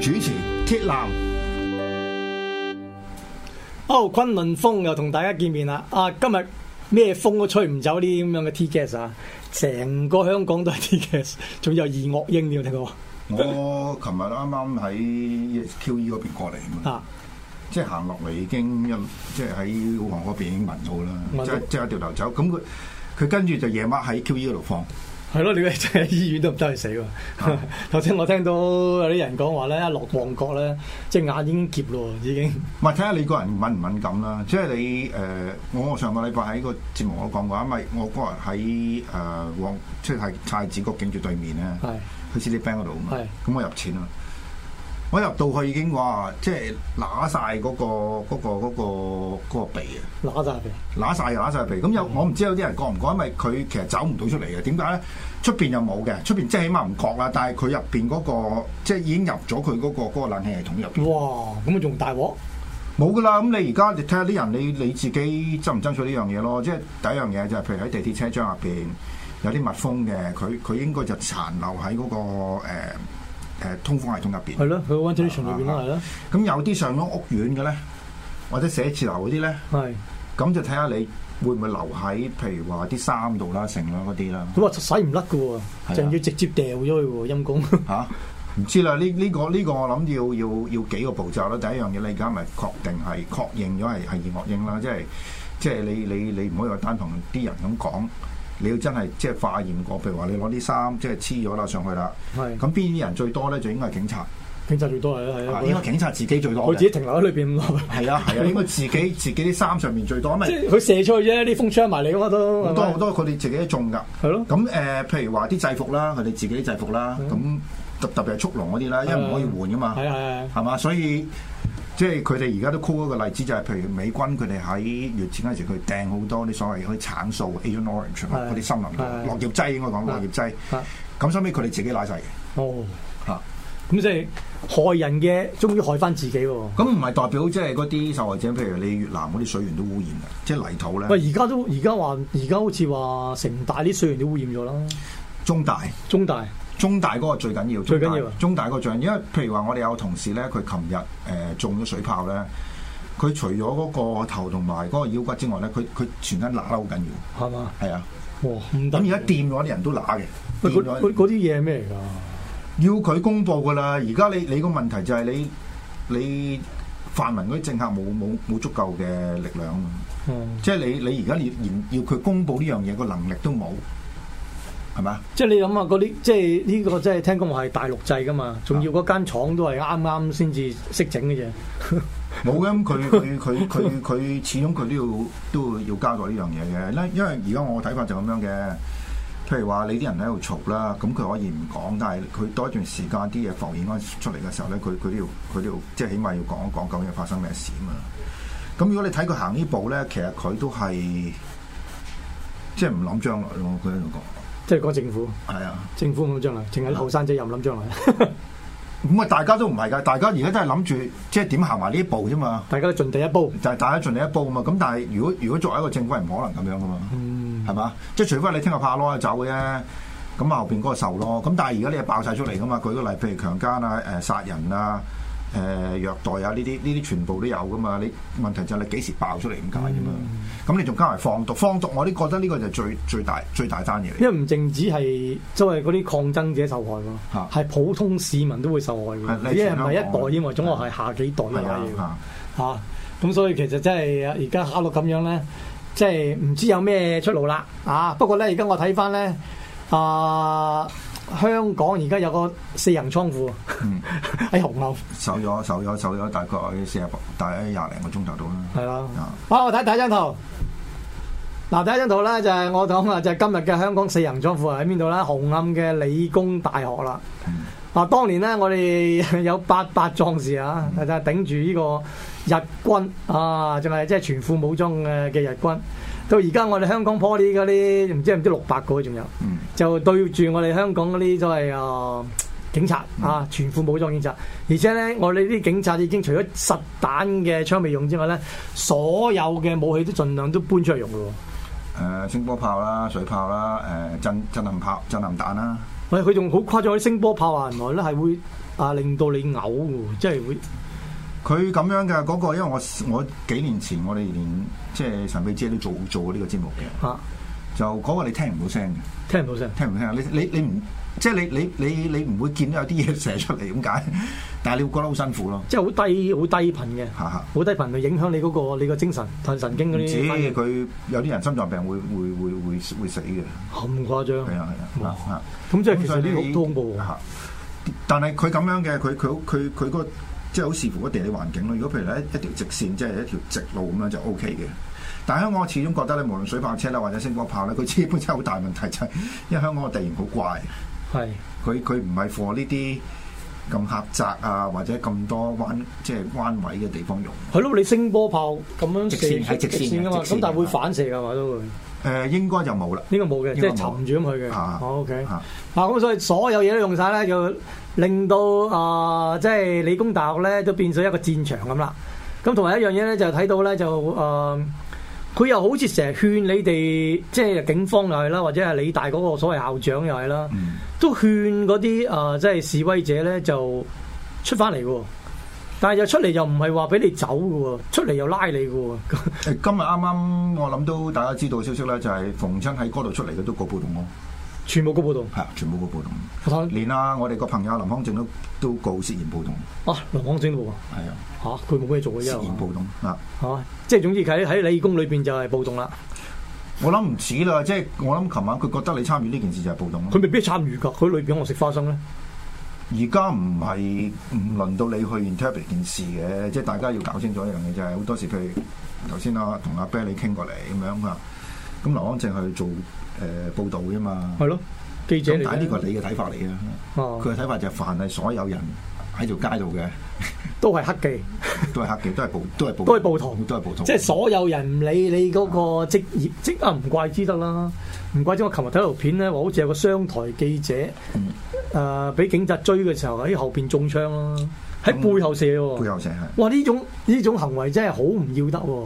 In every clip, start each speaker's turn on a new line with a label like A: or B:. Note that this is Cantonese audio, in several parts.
A: 主持鐵男。
B: 哦，崑崙風又同大家見面啦！啊，今日咩風都吹唔走呢啲咁樣嘅 T gas 啊！成個香港都係 T gas，仲有二樂英添，聽過
A: 我琴日啱啱喺 QE 嗰邊過嚟啊嘛，
B: 啊？
A: 即係行落嚟已經一即係喺旺嗰邊已經聞到啦，
B: 聞到
A: 即係即係掉頭走。咁佢佢跟住就夜晚喺 QE 嗰度放，
B: 係咯，你真係喺醫院都唔得去死喎
A: 啊！
B: 頭先我聽到有啲人講話咧，一落旺角咧，隻眼已經澀咯，已經
A: 咪睇下你個人敏唔敏感啦。即係你誒、呃我上個禮拜喺個節目我講過，因為我嗰日喺誒旺即係太子角警署對面啊咧。
B: 係
A: 去 City Bank 嗰度啊嘛
B: 係，
A: 咁我入錢啊嘛，我入到去已經哇，即係揦晒嗰個嗰、個嗰、個嗰個鼻啊，
B: 揦晒鼻。
A: 揦晒又揦晒鼻。咁有我唔知有啲人覺唔覺，因為佢其實走唔到出嚟嘅。點解咧？出邊又冇嘅，出邊即係起碼唔覺啦。但係佢入邊嗰個即係已經入咗佢嗰個嗰、個冷氣系統入邊。
B: 哇！咁啊仲大鑊，
A: 冇噶啦，咁你而家你睇下啲人，你你自己爭唔爭取呢樣嘢咯？即係第一樣嘢就係、譬如喺地鐵車廂入邊有啲密封嘅，佢佢應該就殘留喺嗰、個誒、呃呃通風系統入邊
B: 係。咯，佢 ventilation 裏邊咯，係咯，
A: 咁有啲上咗屋苑嘅咧，或者寫字樓嗰啲咧，
B: 係。
A: 咁就睇下你會唔會留喺譬如話啲衫度啦、剩啦嗰啲啦
B: 咁話洗唔甩嘅
A: 係啊
B: 喎，仲要直接掉咗佢喎，陰公。
A: 嚇。唔知啦，呢呢、個呢、個我諗要要要幾個步驟啦。第一樣嘢，你而家咪確定係確認咗係係二惡英啦，即係即係你你你唔可以話單憑啲人咁講，你要真係即係化驗過，譬如話你攞啲衫即係黐咗啦上去啦。
B: 係
A: 咁邊啲人最多咧？就應該係警察，
B: 警察最多係啦，
A: 啊
B: 係
A: 應
B: 啦
A: 該。警察自己最
B: 佢
A: 多
B: 自己
A: 嘅。
B: 停留喺裏邊咁耐，
A: 係啊係啊，應該自己自己啲衫上面最多，因為
B: 即係佢射出去啫，啲風槍埋嚟噶嘛都。
A: 好多
B: 係咪
A: 好，多佢哋自己都中㗎。
B: 係咯，
A: 咁誒、呃譬如話啲制服啦，佢哋自己啲制服啦，咁特特別係速龍嗰啲啦，因為唔可以換噶嘛，
B: 嗯係係係
A: 係嘛？所以即係佢哋而家都 call 一個例子，就係譬如美軍佢哋喺越戰嗰陣時，佢掟好多啲所謂嗰啲橙素 Agent Orange 啊
B: 係
A: 嗰啲森林度
B: 係
A: 落葉劑應該講
B: 係
A: 落葉劑，
B: 係
A: 咁收尾佢哋自己拉晒嘅
B: 哦，
A: 嚇。
B: 咁即係害人嘅，終於害翻自己喎。
A: 咁唔係代表即係嗰啲受害者，譬如你越南嗰啲水源都污染嘅，即係泥土
B: 喂，
A: 咧，
B: 而家都而家話，而家好似話城大啲水源都污染咗啦，
A: 中大。
B: 中大
A: 中大嗰個最緊要，
B: 最緊要
A: 中大
B: 啊
A: 中大嗰個最緊要，因為譬如話我哋有同事咧，佢琴日誒中咗水泡咧，佢除咗嗰個頭同埋嗰個腰骨之外咧，佢佢全身乸得好緊
B: 係嘛？
A: 要，係啊。
B: 哇，唔得
A: 咁而家掂咗啲人都乸嘅，
B: 喂
A: 掂
B: 嗰
A: 咗
B: 嗰嗰啲嘢係咩嚟㗎？
A: 要佢公佈噶啦。而家你你個問題就係你你泛民嗰啲政客冇冇冇足夠嘅力量啊嘛，
B: 嗯，
A: 即係你你而家要要佢公佈呢樣嘢個能力都冇，係咪啊？
B: 即係你諗下嗰啲，即係呢個即係聽講話係大陸製㗎嘛，仲要嗰間廠都係啱啱先至識整嘅啫。
A: 冇嘅，咁佢佢佢佢佢始終佢都要都要交代呢樣嘢嘅，咧因為而家我嘅睇法就咁樣嘅。譬如話你啲人喺度嘈啦，咁佢可以唔講，但係佢多一段時間啲嘢浮現翻出嚟嘅時候咧，佢佢都要佢都要即係起碼要講一講究竟發生咩事啊嘛。咁如果你睇佢行呢步咧，其實佢都係即係唔諗將來咯，佢喺度
B: 即係講政府，
A: 講係啊。
B: 政府唔諗將來，淨係啲後生仔又唔諗將來，
A: 咁啊，大家都唔係㗎，大家而家都係諗住即係點行埋呢一步啫嘛。
B: 大家都盡地一煲。
A: 就係大家盡力一步啊嘛。咁但係如果如果作為一個政府係唔可能咁樣噶嘛，
B: 嗯
A: 係嘛、即係除非你聽日怕咯走嘅啫，咁啊後邊嗰個受咯。咁但係而家你係爆晒出嚟噶嘛？舉個例，譬如強姦啊、誒、殺人啊、誒、虐待啊呢啲呢啲全部都有噶嘛。你問題就係你幾時爆出嚟咁解啫嘛。咁、你仲加埋放毒，放毒我啲覺得呢個就係最最大最大單嘢嚟。
B: 因為唔淨止係即係嗰啲抗爭者受害
A: 嚇
B: 喎，係普通市民都會受害
A: 啊係
B: 嘅，
A: 你
B: 因為唔係一
A: 全香港
B: 代，因為總係下幾代嘅
A: 係
B: 嘢
A: 啊，
B: 嚇。咁所以其實真係而家考到咁樣咧，即係唔知有咩出路啦啊！不過咧，而家我睇翻咧啊，香港而家有個四人倉庫
A: 嗯
B: 喺紅樓，
A: 守咗守咗守咗大概四十大概廿零個鐘頭到啦。
B: 係啦。
A: 啊
B: 好，我睇第一張圖。嗱，第一張圖咧就係我講啊，就係今日嘅香港四人倉庫係喺邊度咧？紅磡嘅理工大學啦。嗱，當年咧，我哋有八百壯士啊，就係頂住呢個日軍啊，仲係即係全副武裝嘅嘅日軍。到而家我哋香港 poly 嗰啲唔知唔知六百個仲有，
A: 嗯
B: 就對住我哋香港嗰啲所謂啊警察
A: 嗯
B: 啊，全副武裝警察。而且咧，我哋啲警察已經除咗實彈嘅槍未用之外咧，所有嘅武器都盡量都搬出嚟用嘅喎。
A: 誒、聲波炮啦、水炮啦、誒、震震撼炮、震撼彈啦，
B: 喂，佢仲好誇張啲聲波炮啊！原來咧係會啊，令到你嘔喎，即係會
A: 佢咁樣嘅嗰、個，因為我我幾年前我哋連即係神秘姐都做做過呢個節目嘅，
B: 啊，
A: 就嗰個你聽唔到聲嘅，
B: 聽唔到聲。
A: 聽唔到聲，你你你唔即係你你你你唔會見到有啲嘢射出嚟咁解， 但係你會覺得好辛苦咯，
B: 即係好低好低頻嘅，
A: 嚇嚇。
B: 好低頻就影響你嗰、個你個精神同神經嗰
A: 唔止
B: 啲反應。
A: 佢有啲人心臟病會會會會會死嘅，
B: 咁誇張，
A: 係啊係
B: 哇
A: 啊啊，啊
B: 咁即係其
A: 所
B: 實
A: 以
B: 呢個
A: 你
B: 好恐怖喎。
A: 啊但係佢咁樣嘅，佢佢佢佢個即係好視乎個地理環境咯。如果譬如咧一條直線，即係一條直路咁樣就 O K 嘅。但係香港我始終覺得咧，無論水炮車啦或者升降炮咧，佢基本真係好大問題，就係、 因為香港嘅地形好怪，
B: 係
A: 佢佢唔係 for 呢啲咁狹窄啊或者咁多彎即係彎位嘅地方用。
B: 係咯，你聲波炮咁樣
A: 直
B: 射
A: 線係直啊線
B: 㗎嘛，
A: 直線
B: 咁但係會反射㗎嘛都會，
A: 誒、應該就冇啦。
B: 應該冇嘅，即
A: 應該
B: 係
A: 冇
B: 沉住咁去嘅。
A: 啊
B: 哦 OK，
A: 啊
B: 嗱咁所以所有嘢都用晒咧，就令到啊、即係理工大學咧都變咗一個戰場咁啦。咁同埋一樣嘢咧，就睇到咧就啊佢、又好似成日勸你哋，即係警方又係啦，或者係理大嗰個所謂校長又係啦。
A: 嗯
B: 都勸嗰啲啊，即係示威者咧就出翻嚟喎。但係又出嚟又唔係話俾你走嘅喎，出嚟又拉你嘅喎。
A: 誒 今日啱啱我諗都大家知道消息咧，就係逢親喺嗰度出嚟嘅都個暴動咯，
B: 全部個報道，
A: 係啊全部個暴動。
B: 我睇
A: 連啊，我哋個朋友林康正都都告涉嫌暴動，
B: 啊，林康正都冇啊，
A: 係啊，
B: 嚇佢冇咩做嘅
A: 涉嫌
B: 啫，
A: 暴動啊！
B: 嚇即係總之喺喺理工裏邊就係暴動啦。
A: 我諗唔止啦，即係我諗琴晚佢覺得你參與呢件事就係暴動
B: 佢
A: 咯。
B: 未必參與㗎，佢裏邊我食花生咧。
A: 而家唔係唔輪到你去 interpret 件事嘅，即係大家要搞清楚一樣嘢就係好多時譬如頭先啦，同阿 b 你傾過嚟咁樣啊，咁劉安正去做誒、呃、報導啫嘛。
B: 係咯，記者
A: 咁
B: 嚟
A: 但係呢個
B: 嘅
A: 係你嘅睇法嚟嘅，
B: 哦
A: 佢嘅睇法就係凡係所有人喺條街度嘅
B: 都係黑記，
A: 都係黑嘅，都係暴都係暴
B: 都係暴徒
A: 都係暴徒，
B: 即係所有人唔理你嗰個職業職啊，唔怪之得啦，唔怪之我琴日睇條片咧，話好似有個商台記者
A: 嗯
B: 誒俾、警察追嘅時候喺後邊中槍啦，喺背後射
A: 嗯背
B: 喎。
A: 後成係。
B: 哇！呢種呢種行為真係好唔要得喎、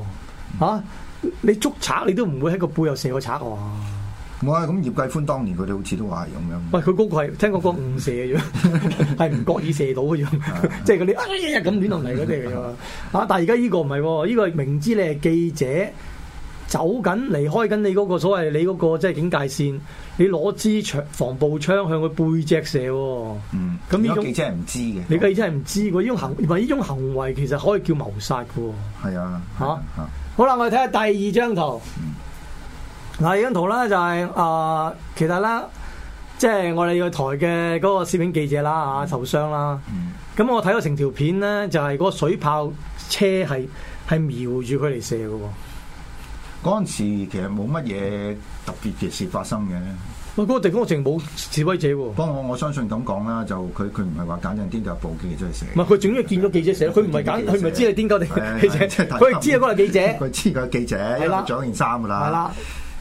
A: 嗯
B: 啊你捉賊你都唔會喺個背後射個賊喎、
A: 冇啊！咁葉繼歡當年佢哋好似都話係咁樣。
B: 喂，佢嗰個係聽講個誤射嘅啫，係唔覺意射到嘅啫，即係嗰啲哎呀咁亂落嚟嗰啲嚟㗎嘛啊，但係而家呢個唔係喎，呢、個係明知你係記者，走緊離開緊你嗰個所謂你嗰、個即係警戒線，你攞支長防暴槍向佢背脊射喎。
A: 嗯，
B: 咁呢種
A: 而家記者係唔知嘅。
B: 你嘅真係唔知喎，呢種行唔係呢種行為其實可以叫謀殺嘅喎。
A: 係啊
B: 嚇
A: 係啊嚇
B: 好啦，我哋睇下第二張圖。嗱，呢張圖咧就係、啊、其實咧，即係我哋個台嘅嗰個攝影記者啦啊，受傷啦。
A: 嗯
B: 咁我睇到成條片咧，就係、嗰個水炮車係係瞄住佢嚟射嘅喎。
A: 嗰陣時其實冇乜嘢特別嘅事發生嘅。
B: 喂，嗰、個地方淨冇示威者喎，唔
A: 不過我我相信咁講啦，就佢佢唔係話揀人天就報記者寫。
B: 係佢總之見到記者射，佢唔係揀，佢唔係知你癲鳩 地記者，佢係知係嗰個係記者。
A: 佢知佢係記者，因為
B: 啦
A: 佢着咗件衫㗎啦。
B: 係啦，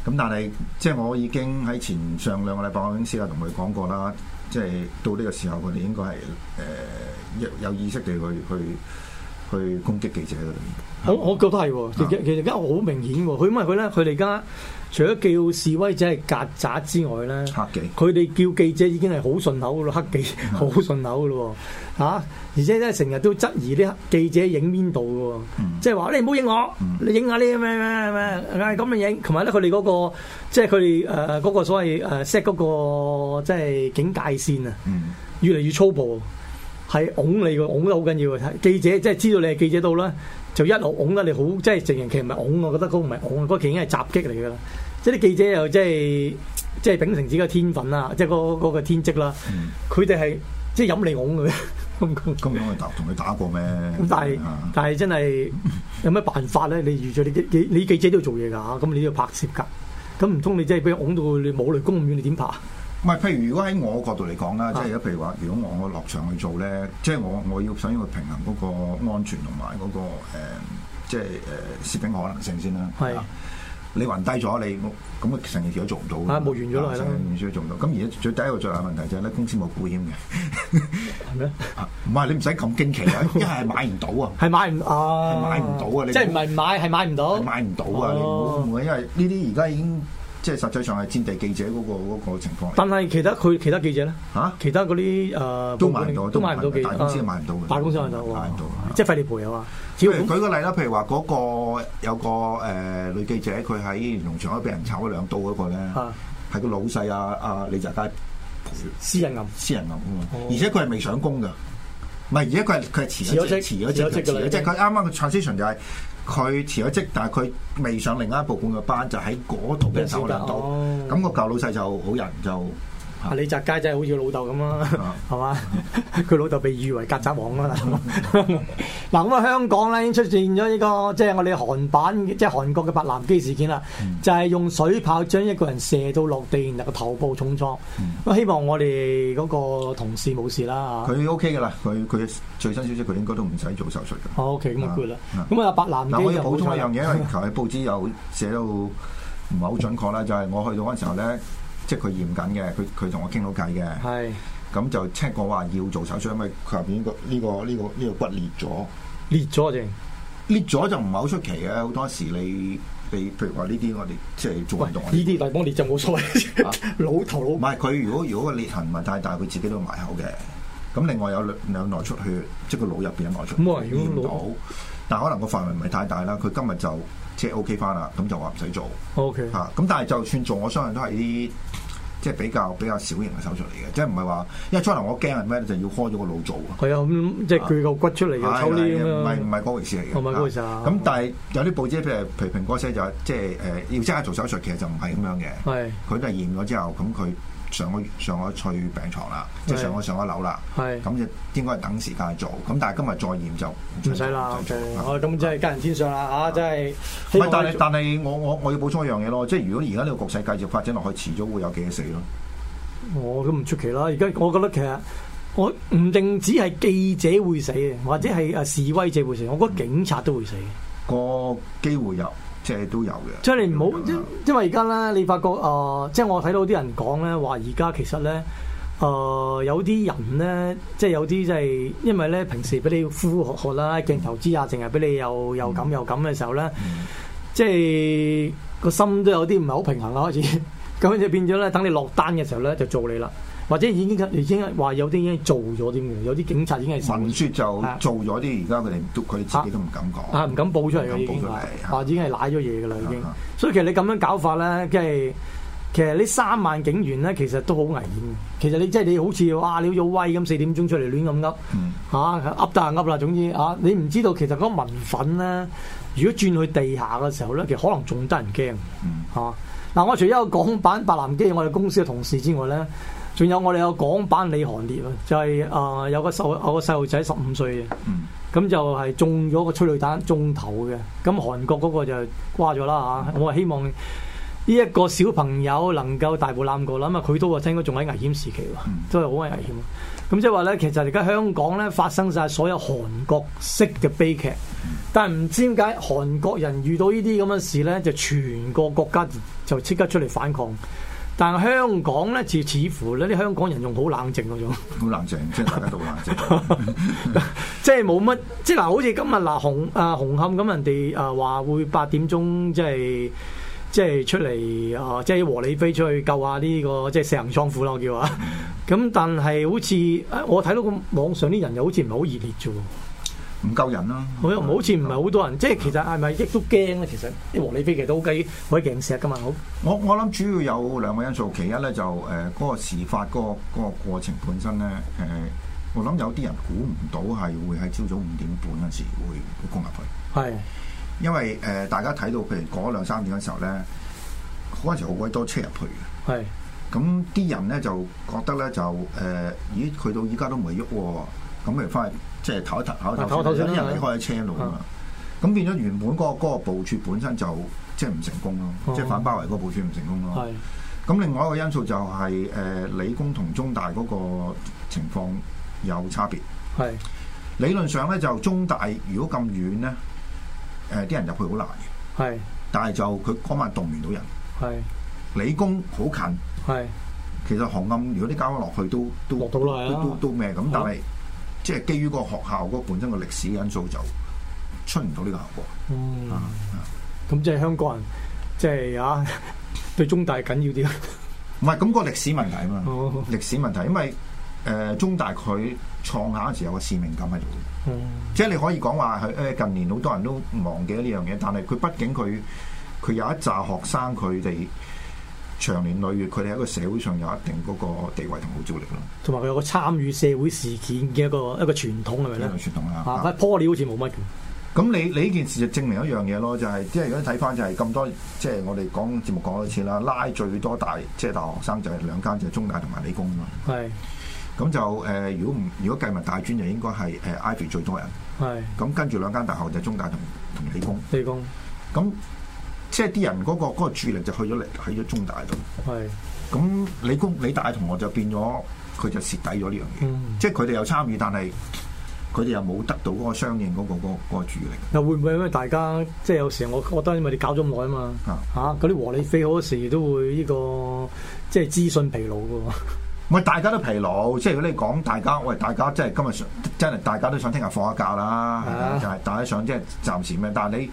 A: 咁但係即係我已經喺前上兩個禮拜，我已經試下同佢講過啦。即係到呢個時候，佢哋應該係誒、呃有有意識地去去去攻擊記者㗎啦。
B: 我我覺得係喎，其實
A: 啊
B: 其實而家好明顯喎，佢因為佢咧，佢哋而家除咗叫示威者係曱甴之外咧，
A: 黑記
B: 佢哋叫記者已經係好順口噶咯，黑記好順口噶咯喎，嚇、而且咧成日都質疑啲記者影邊度噶
A: 嗯
B: 喎，即係話你唔好影我，
A: 嗯
B: 你影下呢咩咩咩，唉咁樣影，同埋咧佢哋嗰個即係佢哋誒嗰個所謂誒 set 嗰個即係警戒線啊。
A: 嗯。
B: 越嚟越粗暴，係拱你個拱得好緊要嘅。記者即係知道你係記者到啦，就一路拱得你好，即係成人其實唔係拱，我覺得嗰個唔係拱，嗰個其實已經係襲擊嚟㗎啦。即係啲記者又即係即係秉承自己嘅天分啦，即係嗰嗰個天職啦
A: 嗯。
B: 佢哋係即係飲你拱嘅，咁講
A: 咁樣我搭同佢打過咩？
B: 咁但係
A: 啊
B: 但係真係有咩辦法咧？你預咗你記你你記者都要做嘢㗎，咁你都要拍攝㗎。咁唔通你真係俾人拱到你冇雷公咁遠，你點拍？
A: 唔係，譬如如果喺我角度嚟講啦，即
B: 啊
A: 係譬如話，如果我落場去做咧，即係我我要想要平衡嗰個安全同埋嗰個、呃、即係誒、呃、攝影可能性先啦。
B: 係
A: 啊你暈低咗，你咁啊成件事都做唔到。
B: 啊冇完咗啦係啦
A: 成件事都做唔到。咁而家最第一個最大問題就係咧，公司冇保險嘅。
B: 係咪？
A: 唔係你唔使咁驚奇 啊，一係買唔到啊。
B: 係買唔啊？
A: 係買唔到啊你
B: 即係唔係買係買唔到？
A: 買唔到啊！你唔好
B: 哦
A: 唔會，因為呢啲而家已經即係實際上係戰地記者嗰、個嗰個情況嚟
B: 但係其他佢其他記者咧，
A: 嚇，
B: 其他嗰啲啊誒
A: 都買唔到，
B: 都買唔到記者，
A: 大公司
B: 啊
A: 買唔到嘅，
B: 大公司買唔到
A: 買唔到
B: 喎，
A: 啊
B: 即係費力培啊嘛。只
A: 譬
B: 要
A: 如
B: 咁
A: 舉個例啦，譬如話嗰、個有個誒、呃女記者，佢喺農場嗰度俾人炒咗兩刀嗰個咧，
B: 啊，
A: 係個老細啊啊李澤楷
B: 私人銀
A: 私人咁啊嘛
B: 哦，
A: 而且佢係未上工㗎，唔係而且佢係佢係辭咗
B: 辭
A: 職，
B: 咗職
A: 辭咗
B: 辭
A: 職嘅，
B: 咗職㗎啦
A: 辭咗職。佢啱啱個 transition 就係佢辭咗職，但係佢未上另一部管嘅班，就喺嗰度俾人炒咗兩刀。
B: 哦
A: 咁、個舊老細就好人就。
B: 啊李澤楷真係好似老豆咁啦
A: 啊，
B: 係嘛？ 佢老豆被譽為曱甴王啦。 嗱咁啊，香港咧已經出現咗呢個即係我哋韓版即係韓國嘅白蘭基事件啦，
A: 嗯
B: 就係用水炮將一個人射到落地，然後個頭部重創。
A: 嗯
B: 咁希望我哋嗰個同事冇事啦嚇。
A: 佢 OK 噶啦，佢佢最新消息佢應該都唔使做手術嘅。
B: 好 OK，咁啊
A: 啊
B: good 啦
A: 啊。
B: 咁啊，白蘭
A: 嗱，我
B: 基
A: 要
B: 就
A: 補充一樣
B: 嘢。
A: 嘢， 因為求其報紙有寫到唔係好準確啦，就係、我去到嗰陣時候咧，即係佢驗緊嘅，佢佢同我傾到偈嘅，
B: 係
A: 咁就 check 我話要做手術，因為佢入邊呢個呢、個呢、個呢、個骨裂咗，
B: 裂咗啊正。
A: 裂咗就唔係好出奇嘅，好多時你你譬如話呢啲我哋即係做
B: 喂，
A: 運
B: 呢
A: 動啊，
B: 啲大幫裂就冇所謂
A: 啊，
B: 老頭
A: 唔
B: 老
A: 係佢如果如果個裂痕唔係太大，佢自己都埋口嘅。咁另外有兩兩內出血，即係個腦入邊有內出血，
B: 咁啊如
A: 驗
B: 果腦
A: 到，但可能個範圍唔係太大啦。佢今日就即係 OK 翻啦，咁就話唔使做。
B: OK。
A: 嚇。咁但係就算做，我相信都係啲即係比較比較小型嘅手術嚟嘅，即係唔係話，因為初頭我驚係咩咧，就要開咗個腦做啊。
B: 係啊，咁即係佢個骨出嚟又
A: 係
B: 抽呢
A: 係
B: 咁
A: 唔係
B: 樣
A: 唔。係嗰回事嚟嘅，
B: 唔係嗰回事啊
A: 咁但係有啲報紙，譬如譬如蘋果寫就係即係誒要即刻做手術，其實就唔係咁樣嘅。
B: 係
A: 佢都係驗咗之後，咁佢上咗上咗去病床啦，即係
B: 係
A: 上咗上咗樓啦。
B: 係
A: 咁就應該係等時間做，咁但係今日再驗就
B: 唔使啦
A: 唔
B: ，OK，
A: 使做啊
B: 好咁即係家人天上啦嚇，真係希
A: 唔係
B: 望，
A: 但係但係我我我要補充一樣嘢咯，即係如果而家呢個局勢繼續發展落去，遲早會有記者死咯。
B: 我都唔出奇啦。而家我覺得其實我唔淨止係記者會死嘅，或者係誒啊示威者會死，我覺得警察都會死嘅。
A: 個機會有，即係都有嘅。
B: 即係你唔好，
A: 咁樣
B: 因
A: 啊
B: 因為而家咧，你發覺誒、呃即係我睇到啲人講咧，話而家其實咧，誒、呃、有啲人咧，即係有啲即係因為咧，平時俾你呼呼喝喝啦，鏡頭之下，淨係俾你又又
A: 嗯
B: 咁又咁嘅時候咧，即係個心都有啲唔係好平衡啦，開始 咁就變咗咧，等你落單嘅時候咧，就做你啦，或者已經已經話有啲已經做咗添嘅，有啲警察已經係受
A: 文説就
B: 啊
A: 做咗啲，而家佢哋都佢哋自己都唔敢講。
B: 啊，唔敢報出嚟嘅已
A: 唔
B: 經
A: 敢報出
B: 啊
A: 嚟，
B: 啊已經係賴咗嘢嘅啦，已經
A: 啊。
B: 所以其實你咁樣搞法咧，即係其實呢三萬警員咧，其實都好危險嘅。其實你即係你好似哇，你好威咁，四點鐘出嚟亂咁噏
A: 嗯
B: 嚇，啊噏得就噏啦。總之啊，你唔知道其實嗰個民憤咧，如果轉去地下嘅時候咧，其實可能仲得人驚
A: 嗯
B: 嚇。啊嗱，我除咗有港版白蘭基，我哋公司嘅同事之外咧。仲有我哋有港版李韓烈啊，就係、啊、有個細有個細路仔十五歲嘅，
A: 嗯
B: 咁就係中咗個催淚彈中頭嘅，咁韓國嗰個就瓜咗啦嚇。我係希望呢一個小朋友能夠大步攬過啦，咁啊佢都話應該仲喺危險時期
A: 嗯
B: 喎，都係好危險。咁即係話咧，其實而家香港咧發生晒所有韓國式嘅悲劇，但係唔知點解韓國人遇到呢啲咁嘅事咧，就全個國家就即刻出嚟反抗。但係香港咧，似似乎咧啲香港人仲好冷靜嗰種。
A: 好冷靜，即係大家都好冷 靜。
B: 即係冇乜，即係嗱，好似今日嗱紅啊紅磡咁，人哋啊話會八點鐘即係即係出嚟啊，即係和理飛出去救下呢、個即係四行倉庫啦，我叫啊。咁但係好似啊我睇到個網上啲人又好似唔係好熱烈啫喎，
A: 唔夠人啦，
B: 好又好似唔係好多人，即係其實係咪亦都驚咧？其實啲和理飛其實都好雞好鬼勁石噶嘛，好
A: 我我諗主要有兩個因素，其一咧就誒嗰、個事發嗰、個嗰、個過程本身咧，誒、我諗有啲人估唔到係會喺朝早五點半嗰時會會攻入去。
B: 係
A: 因為誒、呃大家睇到譬如嗰兩三點嘅時候咧，嗰陣時好鬼多車入去嘅，
B: 係
A: 咁啲人咧就覺得咧就誒、呃咦佢到依家都唔係喐喎，咁咪翻去即係唞一唞唞一
B: 唞一啊唞
A: 唞先，
B: 先啦
A: 有啲人離開咗車路啊嘛，咁變咗原本嗰、個嗰個部署本身就即係唔成功咯，
B: 哦
A: 即係反包圍嗰個部署唔成功咯。
B: 係
A: 咁另外一個因素就係、呃理工同中大嗰個情況有差別。
B: 係
A: 理論上咧就中大如果咁遠咧，誒、啲人入去好難嘅。
B: 係
A: 但係就佢嗰晚動員到人，
B: 係
A: 理工好近，
B: 係
A: 其實紅暗如果啲交落去都都
B: 落到啦係啊
A: 都都都咩咁
B: 啊，
A: 但係即係基於個學校嗰個本身個歷史因素就出唔到呢個效果。
B: 嗯
A: 啊。
B: 咁即係香港人，即係啊， 對中大緊要啲啊。
A: 唔係咁個歷史問題啊嘛，
B: 哦
A: 歷史問題，因為誒、呃中大佢創下嗰時有個使命感喺度，
B: 哦
A: 即係你可以講話佢誒近年好多人都忘記咗呢樣嘢，但係佢畢竟佢佢有一紮學生佢哋長年累月，佢哋喺個社會上有一定嗰個地位同號召力咯，
B: 同埋佢有個參與社會事件嘅一個一個傳統係咪
A: 呢
B: 咧
A: 個？傳統啦。
B: 啊，
A: 啊
B: 坡料好似冇乜嘅。
A: 咁你你呢件事就證明一樣嘢咯，就係、即係如果睇翻就係咁多，即係我哋講節目講多次啦，拉最多大即係大學生就係兩間就係中大同埋理工啊嘛。
B: 係
A: 咁就誒、呃如果唔如果計埋大專就應該係誒、呃 Ivy 最多人，
B: 係
A: 咁跟住兩間大學就中大同同理工，
B: 地工
A: 咁即係啲人嗰、個嗰、個注意力就去咗嚟去咗中大度，
B: 係
A: 咁理工理大同學就變咗佢就蝕底咗呢樣嘢，
B: 嗯。
A: 即係佢哋有參與，但係佢哋又冇得到嗰個相應嗰、個嗰、個注意力
B: 又會唔會因為大家即係有時我覺得因為你搞咗咁耐啊嘛，
A: 啊。
B: 嚇嗰啲和理非好多時都會呢、個即係資訊疲勞嘅
A: 唔係大家都疲勞，即係如果你講大家，喂，大家即係今日想，真係大家都想聽日放一假啦，係咪
B: 啊
A: 就係大家想即係暫時咩？但係你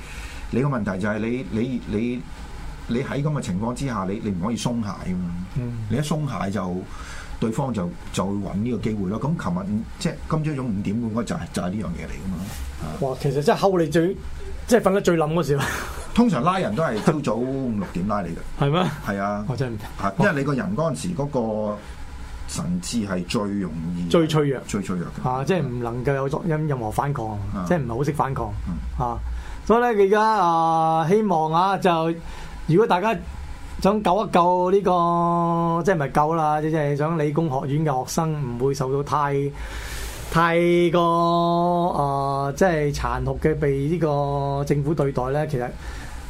A: 你個問題就係你你你你喺咁嘅情況之下，你你唔可以鬆懈啊嘛！
B: 嗯，
A: 你一鬆懈就對方就就會揾呢個機會咯。咁琴日即係今朝早五點半嗰就係就係呢樣嘢嚟噶嘛。
B: 哇！其實真係睺你最即係瞓得最冧嗰時啦，
A: 通常拉人都係朝早五六點拉你嘅，
B: 係咩？
A: 係啊，
B: 我真係唔
A: 啊因為你個人嗰陣時嗰個神志係最容易
B: 最脆弱
A: 最脆弱嘅。
B: 啊，即係唔能夠有作任任何反抗，即係唔係好識反抗
A: 嗯
B: 啊。所以咧，佢而家啊，希望啊，就如果大家想救一救呢、個，即係唔係救啦，即係想理工學院嘅學生唔會受到太太過啊、即係殘酷嘅被呢個政府對待咧，其實。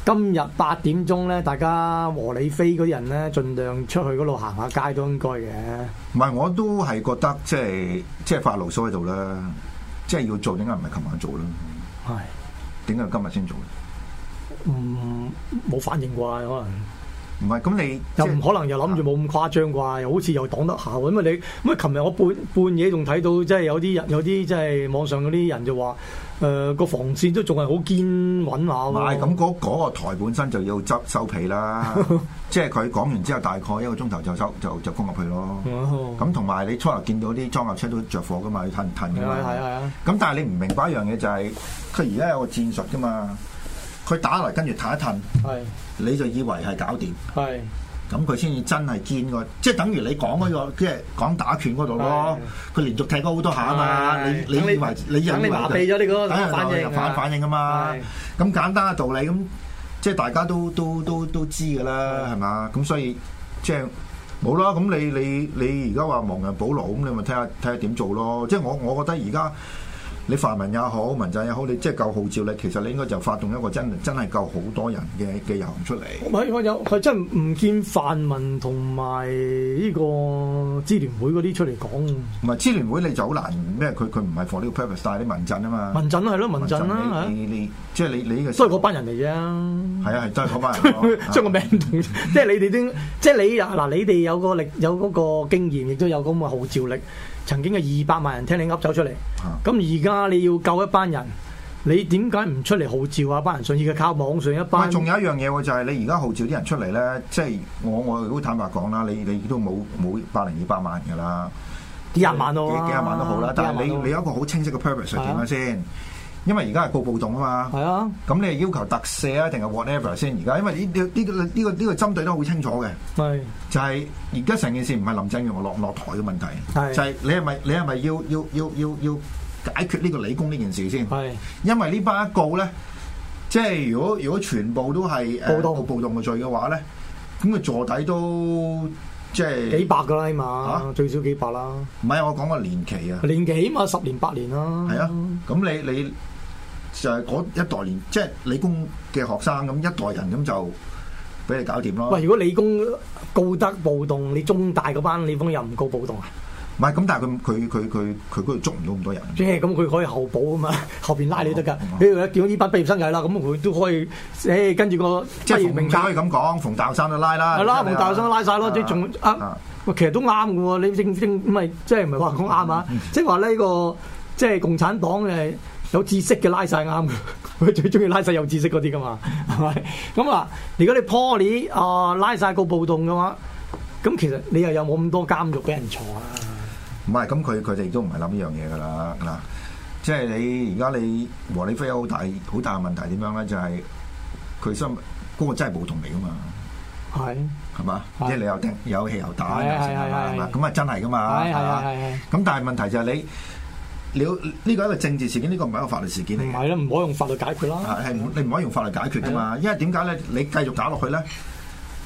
B: 今日八點鐘咧，大家和理非嗰啲人咧，盡量出去嗰度行下街都應該嘅。
A: 唔係，我都係覺得即係即係發牢騷喺度啦，即係要做，點解唔係琴晚做啦？
B: 係。
A: 點解今日先做呢？
B: 唔嗯冇反應啩，可能
A: 唔係咁你
B: 又
A: 即
B: 唔
A: 係
B: 可能又諗住冇咁誇張啩，又好似又擋得下喎。因為你咁啊，琴日我半半夜仲睇到，即係有啲人有啲即係網上嗰啲人就話，誒、個防線都仲係好堅穩下
A: 唔
B: 喎。
A: 係咁嗰嗰個台本身就要執收皮 啦，即係佢講完之後大概一個鐘頭就收就就攻入去咯。
B: 哦，
A: 咁同埋你初頭見到啲裝甲車都着火噶嘛，要褪褪
B: 係
A: 噶
B: 啊係啊係
A: 嘛。
B: 啊，
A: 咁但係你唔明白一樣嘢就係佢而家有個戰術噶嘛，佢打嚟跟住褪一褪，
B: 係
A: 你就以為係搞掂。
B: 係
A: 咁佢先至真係堅個，即係等於你講嗰、個，即係講打拳嗰度咯。佢連續踢過好多下啊嘛，你
B: 係
A: 你以為你以為
B: 等你麻痹咗你嗰個
A: 等人
B: 反應啊
A: 反反應啊嘛
B: 係。
A: 咁簡單嘅道理，咁即係大家都都都都知㗎啦，係嘛？咁所以即係冇啦。咁你你你而家話亡羊補牢，咁你咪睇下睇下點做咯。即係我我覺得而家。你泛民也好，民陣也好，你即係夠號召力，其實你應該就發動一個真真係夠好多人嘅嘅遊行出嚟。
B: 我我有佢真係唔見泛民同埋呢個支聯會嗰啲出嚟講
A: 唔係支聯會你就好難咩？佢佢唔係 for 呢個 purpose，但係你民陣啊嘛，
B: 民陣係咯，民陣啦，
A: 你
B: 係啊
A: 你你即係你你呢個
B: 都係嗰班人嚟啫。
A: 係啊係都係嗰班人咯 啊
B: 將個名同，即係你哋都，即係你嗱，你哋有個力，有嗰個經驗，亦都有咁嘅號召力。曾經嘅二百萬人聽你噏走出嚟，
A: 啊
B: 咁而家你要救一班人，你點解唔出嚟號召啊？班人信而家靠網上一
A: 喂
B: 班，
A: 仲有一樣嘢喎，就係你而家號召啲人出嚟咧，即係我我好坦白講啦，你你都冇冇百零二百萬㗎啦，
B: 幾廿萬
A: 幾
B: 咯，
A: 幾廿萬都好啦，但係你你有一個好清晰嘅 purpose 係點
B: 啊
A: 樣先？因為而家係告暴動啊嘛，
B: 係啊，
A: 咁你係要求特赦啊，定係 whatever 先？而家因為呢呢呢個呢個呢個針對得好清楚嘅。
B: 係
A: 就係而家成件事唔係林鄭月娥落唔落台嘅問題，
B: 係
A: 就係你係咪你係咪要要要要要解決呢個理工呢件事先？
B: 係
A: 因為呢班一告咧，即係如果如果全部都係誒
B: 暴動
A: 暴動嘅罪嘅話咧，咁佢坐底都即係
B: 幾百噶啦，起
A: 啊
B: 碼最少幾百啦，
A: 唔係我講個年期啊，
B: 年幾嘛，十年八年啦，
A: 係啊，咁你你就係嗰一代年，即係理工嘅學生咁一代人咁就俾你搞掂咯。
B: 喂，如果理工告得暴動，你中大嗰班理工又唔告暴動啊？
A: 唔係咁，但係佢佢佢佢佢嗰度捉唔到咁多人。
B: 即係咁，佢可以後補啊嘛， 後邊拉你得㗎
A: 哦哦。
B: 你如果見到呢班畢業生就係啦，咁佢都可以，誒跟住個
A: 即係
B: 畢業
A: 馮你
B: 名
A: 可以
B: 單
A: 咁講，馮大學生都拉啦，
B: 係啦，
A: 你睇
B: 馮
A: 下
B: 大學生拉晒咯，即係仲啊，喂其實都啱嘅嗯喎。你正正唔係即係唔係話講啱啊？即係話呢個即係共產黨誒有知識嘅拉晒啱嘅， 佢最中意拉晒有知識嗰啲噶嘛， 係咪？咁啊，如果你 Poly 啊拉晒個暴動嘅話，咁其實你又有冇咁多監獄俾人坐啊？
A: 唔係，咁佢佢哋都唔係諗呢樣嘢㗎啦，嗱，即係你而家你和你飛有好大好大嘅問題點樣咧？就係佢心嗰個真係冇同嚟㗎嘛，
B: 係
A: 係嘛？即
B: 係
A: 係你有聽有汽油彈
B: 啊係
A: 有成係嘛
B: 係係
A: 係嘛？咁啊真係㗎嘛，
B: 係係
A: 嘛
B: 係係。
A: 咁但係問題就係你你要呢個係一個政治事件，呢個唔係一個法律事件嚟
B: 唔
A: 嘅。啊
B: 係啦，唔可以用法律解決啦。
A: 係係唔你唔可以用法律解決噶嘛，因為點解咧？你繼續打落去咧，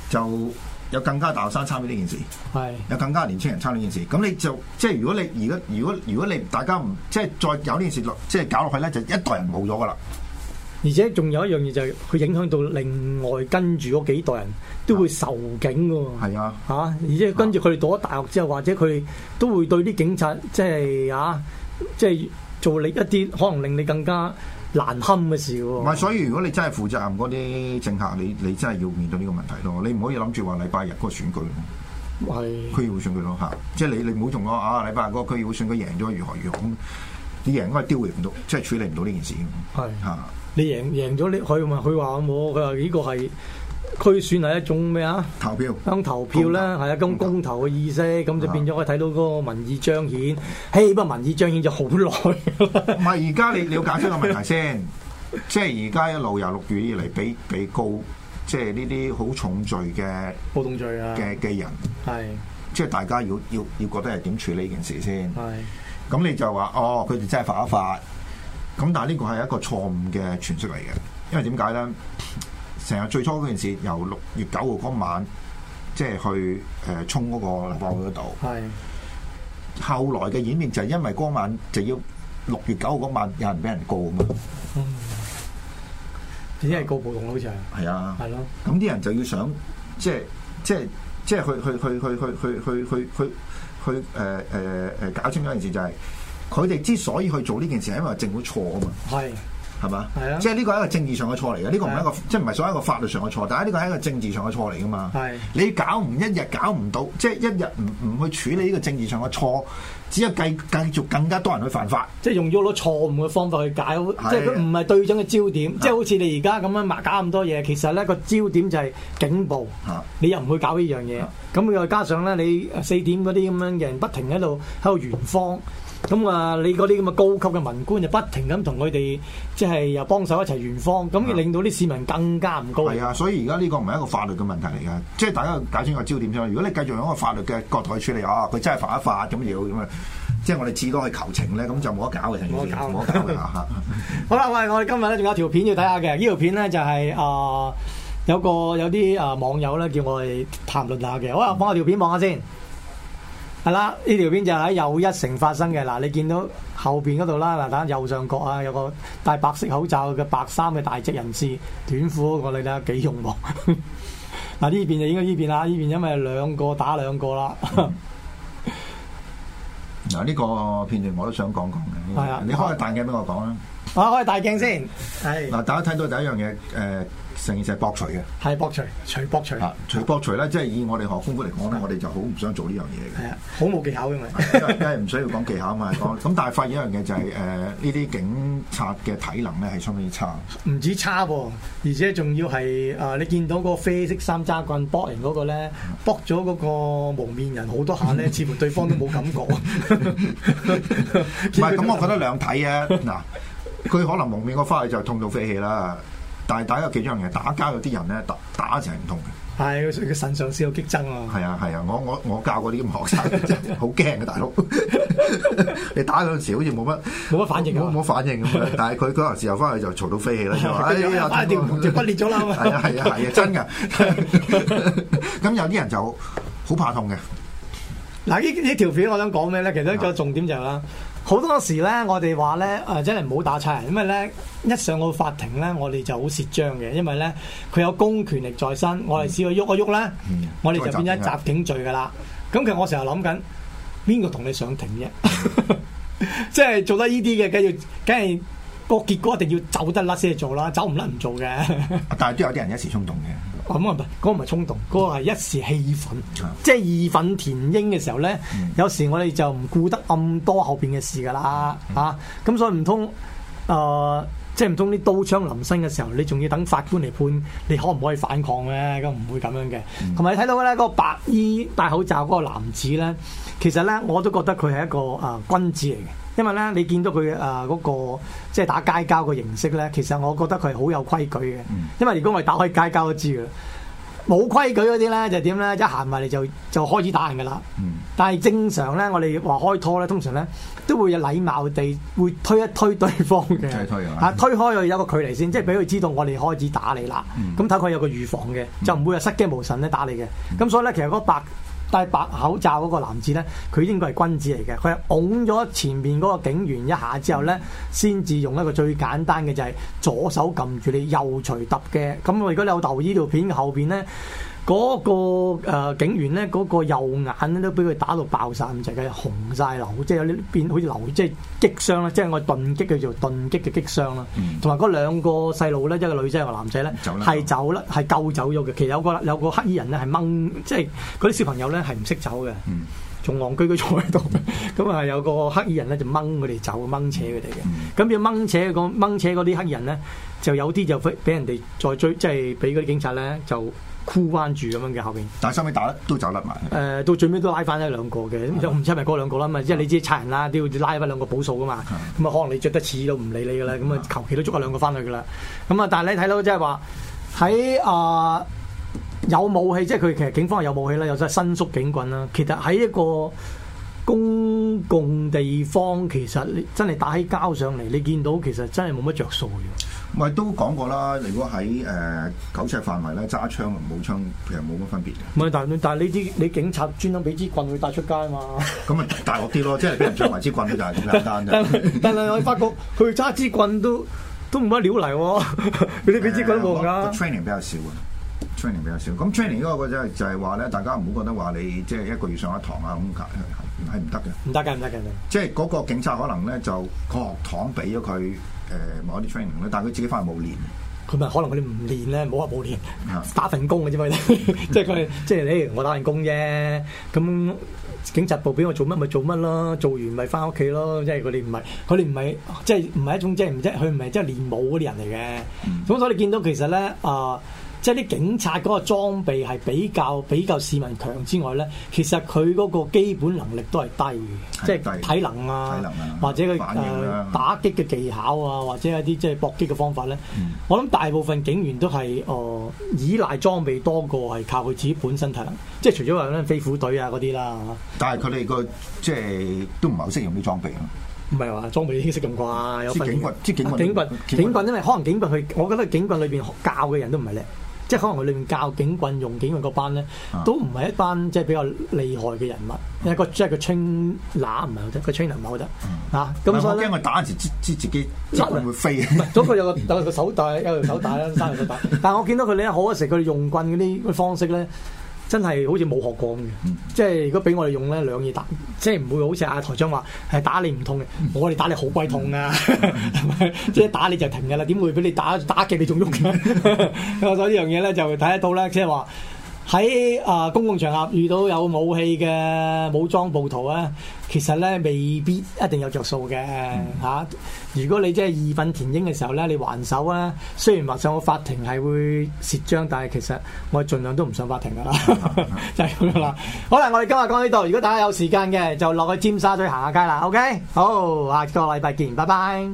A: 就有更加大學生參與呢件事，
B: 係
A: 有更加年青人參與呢件事。咁你就即係如果你而家如果如果你大家唔即係再有呢件事落即係搞落去咧，就一代人冇咗噶啦。
B: 而且仲有一樣嘢就係佢影響到另外跟住嗰幾代人都會仇警嘅喎。
A: 係啊，
B: 嚇、而且跟住佢哋讀咗大學之後，或者佢哋都會對啲警察即係嚇、啊即係做你一啲可能令你更加難堪嘅事
A: 唔
B: 喎。
A: 係所以如果你真係負責任嗰啲政客，你你真係要面對呢個問題咯。你唔可以諗住話禮拜日嗰個選舉咯，
B: 係
A: 區議會選舉咯嚇，即係你你唔好同我啊禮拜日嗰個區議會選舉贏咗如何如何咁，你贏應該係丟唔到，即係處理唔到呢件事
B: 係，
A: 嚇。
B: 你贏贏咗你佢咪佢話我佢話呢個係區選係一種咩啊？
A: 投票。
B: 咁投票啦，係啊，咁公投嘅意識，咁就變咗我睇到嗰個民意彰顯。嘿，不過民意彰顯咗好 耐。
A: 唔係而家你你要搞清個問題先，即係而家一路由六月以嚟俾俾告，即係呢啲好重罪嘅
B: 暴動罪啊
A: 嘅嘅人，
B: 係
A: 即係大家要要要覺得係點處理呢件事先。
B: 係
A: 咁你就話哦，佢哋真係犯一法，咁但係呢個係一個錯誤嘅傳説嚟嘅，因為點解咧？成日最初嗰件事由六月九號嗰晚，即係去誒衝嗰個立法會嗰度。
B: 係
A: 後來嘅演變就係因為嗰晚就要六月九號嗰晚有人俾人告啊嘛，
B: 只係告暴動好似係
A: 係啊。
B: 係咯，
A: 咁啲人就要想即係即係即係去去去去去去去去去去誒誒誒搞清楚一件事就係佢哋之所以去做呢件事係因為政府錯啊嘛，
B: 係
A: 係嘛？
B: 係啊啊
A: 即係呢個係一個政治上嘅錯嚟嘅，呢、個唔係一個即係唔係所謂一個法律上嘅錯，但係呢個係一個政治上嘅錯嚟噶嘛。
B: 係
A: 你搞唔一日搞唔到，即係一日唔唔去處理呢個政治上嘅錯，只係繼繼續更加多人去犯法。
B: 即係用咗好多錯誤嘅方法去解，即係佢唔係對準嘅焦點。即係好似你而家咁樣麻搞咁多嘢，其實咧個焦點就係警暴。
A: 嚇
B: 你又唔會搞呢樣嘢
A: 啊，
B: 咁又加上咧，你四點嗰啲咁樣嘅人不停喺度喺度圓方，咁啊你嗰啲咁嘅高級嘅文官就不停咁同佢哋即係又幫手一齊圓方，咁
A: 啊
B: 令到啲市民更加唔高興。
A: 係啊，所以而家呢個唔係一個法律嘅問題嚟噶，即係大家搞清個焦點先啦。如果你繼續用一個法律嘅角度去處理，啊，佢真係犯一法咁要咁啊，即係我哋至多去求情咧，咁就冇得搞嘅成件事，
B: 冇
A: 冇
B: 得
A: 得
B: 搞
A: 搞嘅嚇。
B: 好啦，喂，我哋今日咧仲有條片要睇下嘅，呢條片咧就係、啊有個有啲啊網友咧叫我哋談論下嘅，好啦，幫我條片望下先。係啦，呢條片就喺又一城發生嘅。嗱，你見到後邊嗰度啦，嗱，睇下右上角啊，有個戴白色口罩嘅白衫嘅大隻人士，短褲嗰個你睇下幾勇猛。 嗱，呢邊就應該呢邊啦，呢邊因為兩個打兩個啦。
A: 嗱，呢個片段我都想講講嘅。
B: 係啊
A: 你開個大鏡俾我講啦。
B: 啊，開大鏡先，係
A: 嗱，大家睇到第一樣嘢，誒，成件事係博除嘅。
B: 係博除，除博除，
A: 啊，除博除咧，即係以我哋學功夫嚟講咧，我哋就好唔想做呢樣嘢嘅。
B: 係啊，好冇技巧嘅嘛。
A: 因為因為唔需要講技巧啊嘛，講咁但係發現一樣嘢就係誒呢啲警察嘅體能咧係相當之差。
B: 唔止差喎，而且仲要係誒、呃你見到個啡色三揸棍搏人嗰個咧，
A: 嗯
B: 搏咗嗰個蒙面人好多 下咧，似乎對方都冇感覺。
A: 唔係，咁我 覺得兩睇啊。嗱， 佢可能蒙面個花就痛到飛起啦。但係大家有幾種人嘅打交，有啲人咧打打成唔痛嘅。
B: 係佢佢腎上腺有激增啊！
A: 係啊係啊，我我我教過啲咁嘅學生， 真係好驚嘅啊大佬。 你打嗰陣時好似冇乜
B: 冇乜反應啊
A: 冇 冇反應咁樣。但係佢嗰陣時候翻去就嘈到飛起啦，就話哎呀，
B: 反正條龍就骨裂咗啦嘛
A: 係啊係啊係啊，真㗎。 咁有啲人就好怕痛嘅。
B: 嗱，呢呢條片我想講咩咧？其實一
A: 啊
B: 個重點就係、啦，好多時咧，我哋話咧誒，真係唔好打差人，因為咧一上到法庭咧，我哋就好蝕章嘅，因為咧佢有公權力在身，我哋試過喐一喐咧
A: 嗯，
B: 我哋就變咗
A: 再襲警啊
B: 襲警罪噶啦。咁其實我成日諗緊，邊個同你上庭啫？ 即係做得呢啲嘅，梗要梗係個結果一定要走得甩先去做啦，走唔甩唔做嘅。
A: 但係都有啲人一時衝動嘅。
B: 咁啊唔係，嗰個唔係衝動，嗰、個係一時氣憤
A: 啊，
B: 即係義憤填膺嘅時候咧，
A: 嗯嗯
B: 啊有時我哋就唔顧得咁多後邊嘅事噶啦嚇，咁、所以唔通呃即係唔通啲刀槍臨身嘅時候，你仲要等法官嚟判你可唔可以反抗咧？咁唔會咁樣嘅。
A: 嗯
B: 同埋你睇到咧，嗰個白衣戴口罩嗰個男子咧，其實咧我都覺得佢係一個啊、君子嚟嘅，因為咧你見到佢啊嗰個即係打街交嘅形式咧，其實我覺得佢係好有規矩嘅，
A: 嗯
B: 因為如果我哋打開街交都知㗎啦。冇規矩嗰啲咧就點咧？一行埋嚟就就開始打人噶啦。
A: 嗯
B: 但係正常咧，我哋話開拖咧，通常咧都會有禮貌地會推一推對方嘅。
A: 推一推啊
B: 啊推開佢有個距離先，即係俾佢知道我哋開始打你啦
A: 嗯。
B: 咁睇佢有個預防嘅，就唔會係失驚無神咧打你嘅。咁所以咧，其實嗰個白戴白口罩嗰個男子咧，佢應該係君子嚟嘅。佢係拱咗前面嗰個警員一下之後咧，先至用一個最簡單嘅就係左手撳住你，右捶揼嘅。咁我如果你有留意呢條片嘅後邊咧。嗰、個、呃、警員咧，嗰、個右眼咧都俾佢打到爆晒咁滯嘅，紅晒流，即係有啲變好似流，即係擊傷啦，即係我盾擊叫做盾擊嘅擊傷啦
A: 嗯。
B: 同埋嗰兩個細路咧，一個女仔一個男仔咧，
A: 走啦
B: 係走啦，係救走咗嘅。其實有個有個黑衣人咧係掹，即係嗰啲小朋友咧係唔識走嘅。
A: 嗯
B: 仲戇居居坐喺度，咁啊有個黑衣人咧就掹佢哋走，掹扯
A: 嗯
B: 佢哋嘅。咁要掹扯嗰掹扯嗰啲黑衣人咧，就有啲就俾俾人哋再追，即係俾嗰啲警察咧就箍彎住咁樣嘅後邊。
A: 但係收尾打得都走甩埋。
B: 誒、到最尾都拉翻一兩個嘅，咁就唔知係咪嗰兩個啦嘛，因為你知賊人啦，都要拉翻兩個補數噶嘛，咁啊可能你着得似都唔理你噶啦，咁啊求其都捉一兩個翻去噶啦，咁啊但係你睇到即係話喺啊有武器，即係佢其實警方係有武器啦，有隻伸縮警棍啦，其實喺一個公共地方，其實你真係打起交上嚟，你見到其實真係冇乜着數嘅，
A: 咪都講過啦，如果喺誒九尺範圍咧，揸槍同冇槍其實冇乜分別嘅。
B: 唔係但係但係呢啲你警察專登俾支棍佢帶出街啊嘛。
A: 咁咪大鑊啲咯，即係俾人將埋支棍就係咁簡單
B: 但
A: 啫。
B: 但係我發覺佢揸支棍都都冇乜料嚟喎， 你哋俾支棍都冇
A: 誒我
B: 噶
A: 個。training 比較少啊。training 比較少，咁 training 嗰個就係就係話咧，大家唔好覺得話你即係一個月上一堂啊咁係係唔得嘅，
B: 唔得㗎，唔得㗎，唔得㗎
A: 即係嗰個警察可能咧就個學堂俾咗佢誒某一啲 training 咧，但係佢自己翻去冇練。
B: 佢咪可能佢哋唔練咧，唔好話冇練
A: 啊，
B: 打份工嘅啫嘛， 即係佢即係誒，我打份工啫。咁警察部俾我做乜咪做乜咯，做完咪翻屋企咯。即係佢哋唔係，佢哋唔係即係唔係一種即係唔即係佢唔係即係練武嗰啲人
A: 嗯
B: 嚟嘅。咁所以你見到其實咧啊。即係啲警察嗰個裝備係比較比較市民強之外咧，其實佢嗰個基本能力都係低嘅，即
A: 係低
B: 係體能啊，
A: 體能啊
B: 或者佢誒、
A: 反應啦
B: 打擊嘅技巧啊，或者一啲即係搏擊嘅方法咧，
A: 嗯
B: 我諗大部分警員都係誒、呃依賴裝備多過係靠佢自己本身體能，即係除咗話咧飛虎隊啊嗰啲啦，
A: 但係佢哋個即係都唔係好識用啲裝備啊咯。
B: 唔係話裝備已經識咁啩，有
A: 知
B: 訓練
A: 警棍知警棍
B: 啊警
A: 警
B: 棍
A: 棍
B: 警棍，因為可能警棍佢，我覺得警棍裏邊教嘅人都唔係叻。即係可能佢裏面教警棍用警棍嗰班咧
A: 啊，嗯
B: 都唔係一班即係比較厲害嘅人物，因為個即係個 train 乸唔係好得，個 train 唔係好得啊。
A: 唔
B: 咁
A: 嗯係
B: 所
A: 我驚
B: 以咧
A: 佢打嗰陣時，知知自己支棍會飛。
B: 唔係，嗰個有個有個手帶，有條手帶啦，三條手帶。 但係我見到佢咧，好多時佢哋用棍嗰啲方式咧，真係好似冇學過咁嘅。即係如果俾我哋用咧，兩嘢打，即係唔會好似阿台長話係打你唔痛嘅，我哋打你好鬼痛啊！係咪 即係打你就停㗎啦，點會俾你打打極你仲喐㗎？ 咁所以呢樣嘢咧就睇得到咧，即係話。喺啊、公共場合遇到有武器嘅武裝暴徒咧，其實咧未必一定有着數嘅嚇。如果你即係義憤填膺嘅時候咧，你還手啊，雖然話上個法庭係會蝕章，但係其實我盡量都唔上法庭噶啦，就係咁樣啦。好啦，我哋今日講到呢度，如果大家有時間嘅，就落去尖沙咀行下街啦。OK，好，下個禮拜見，拜拜。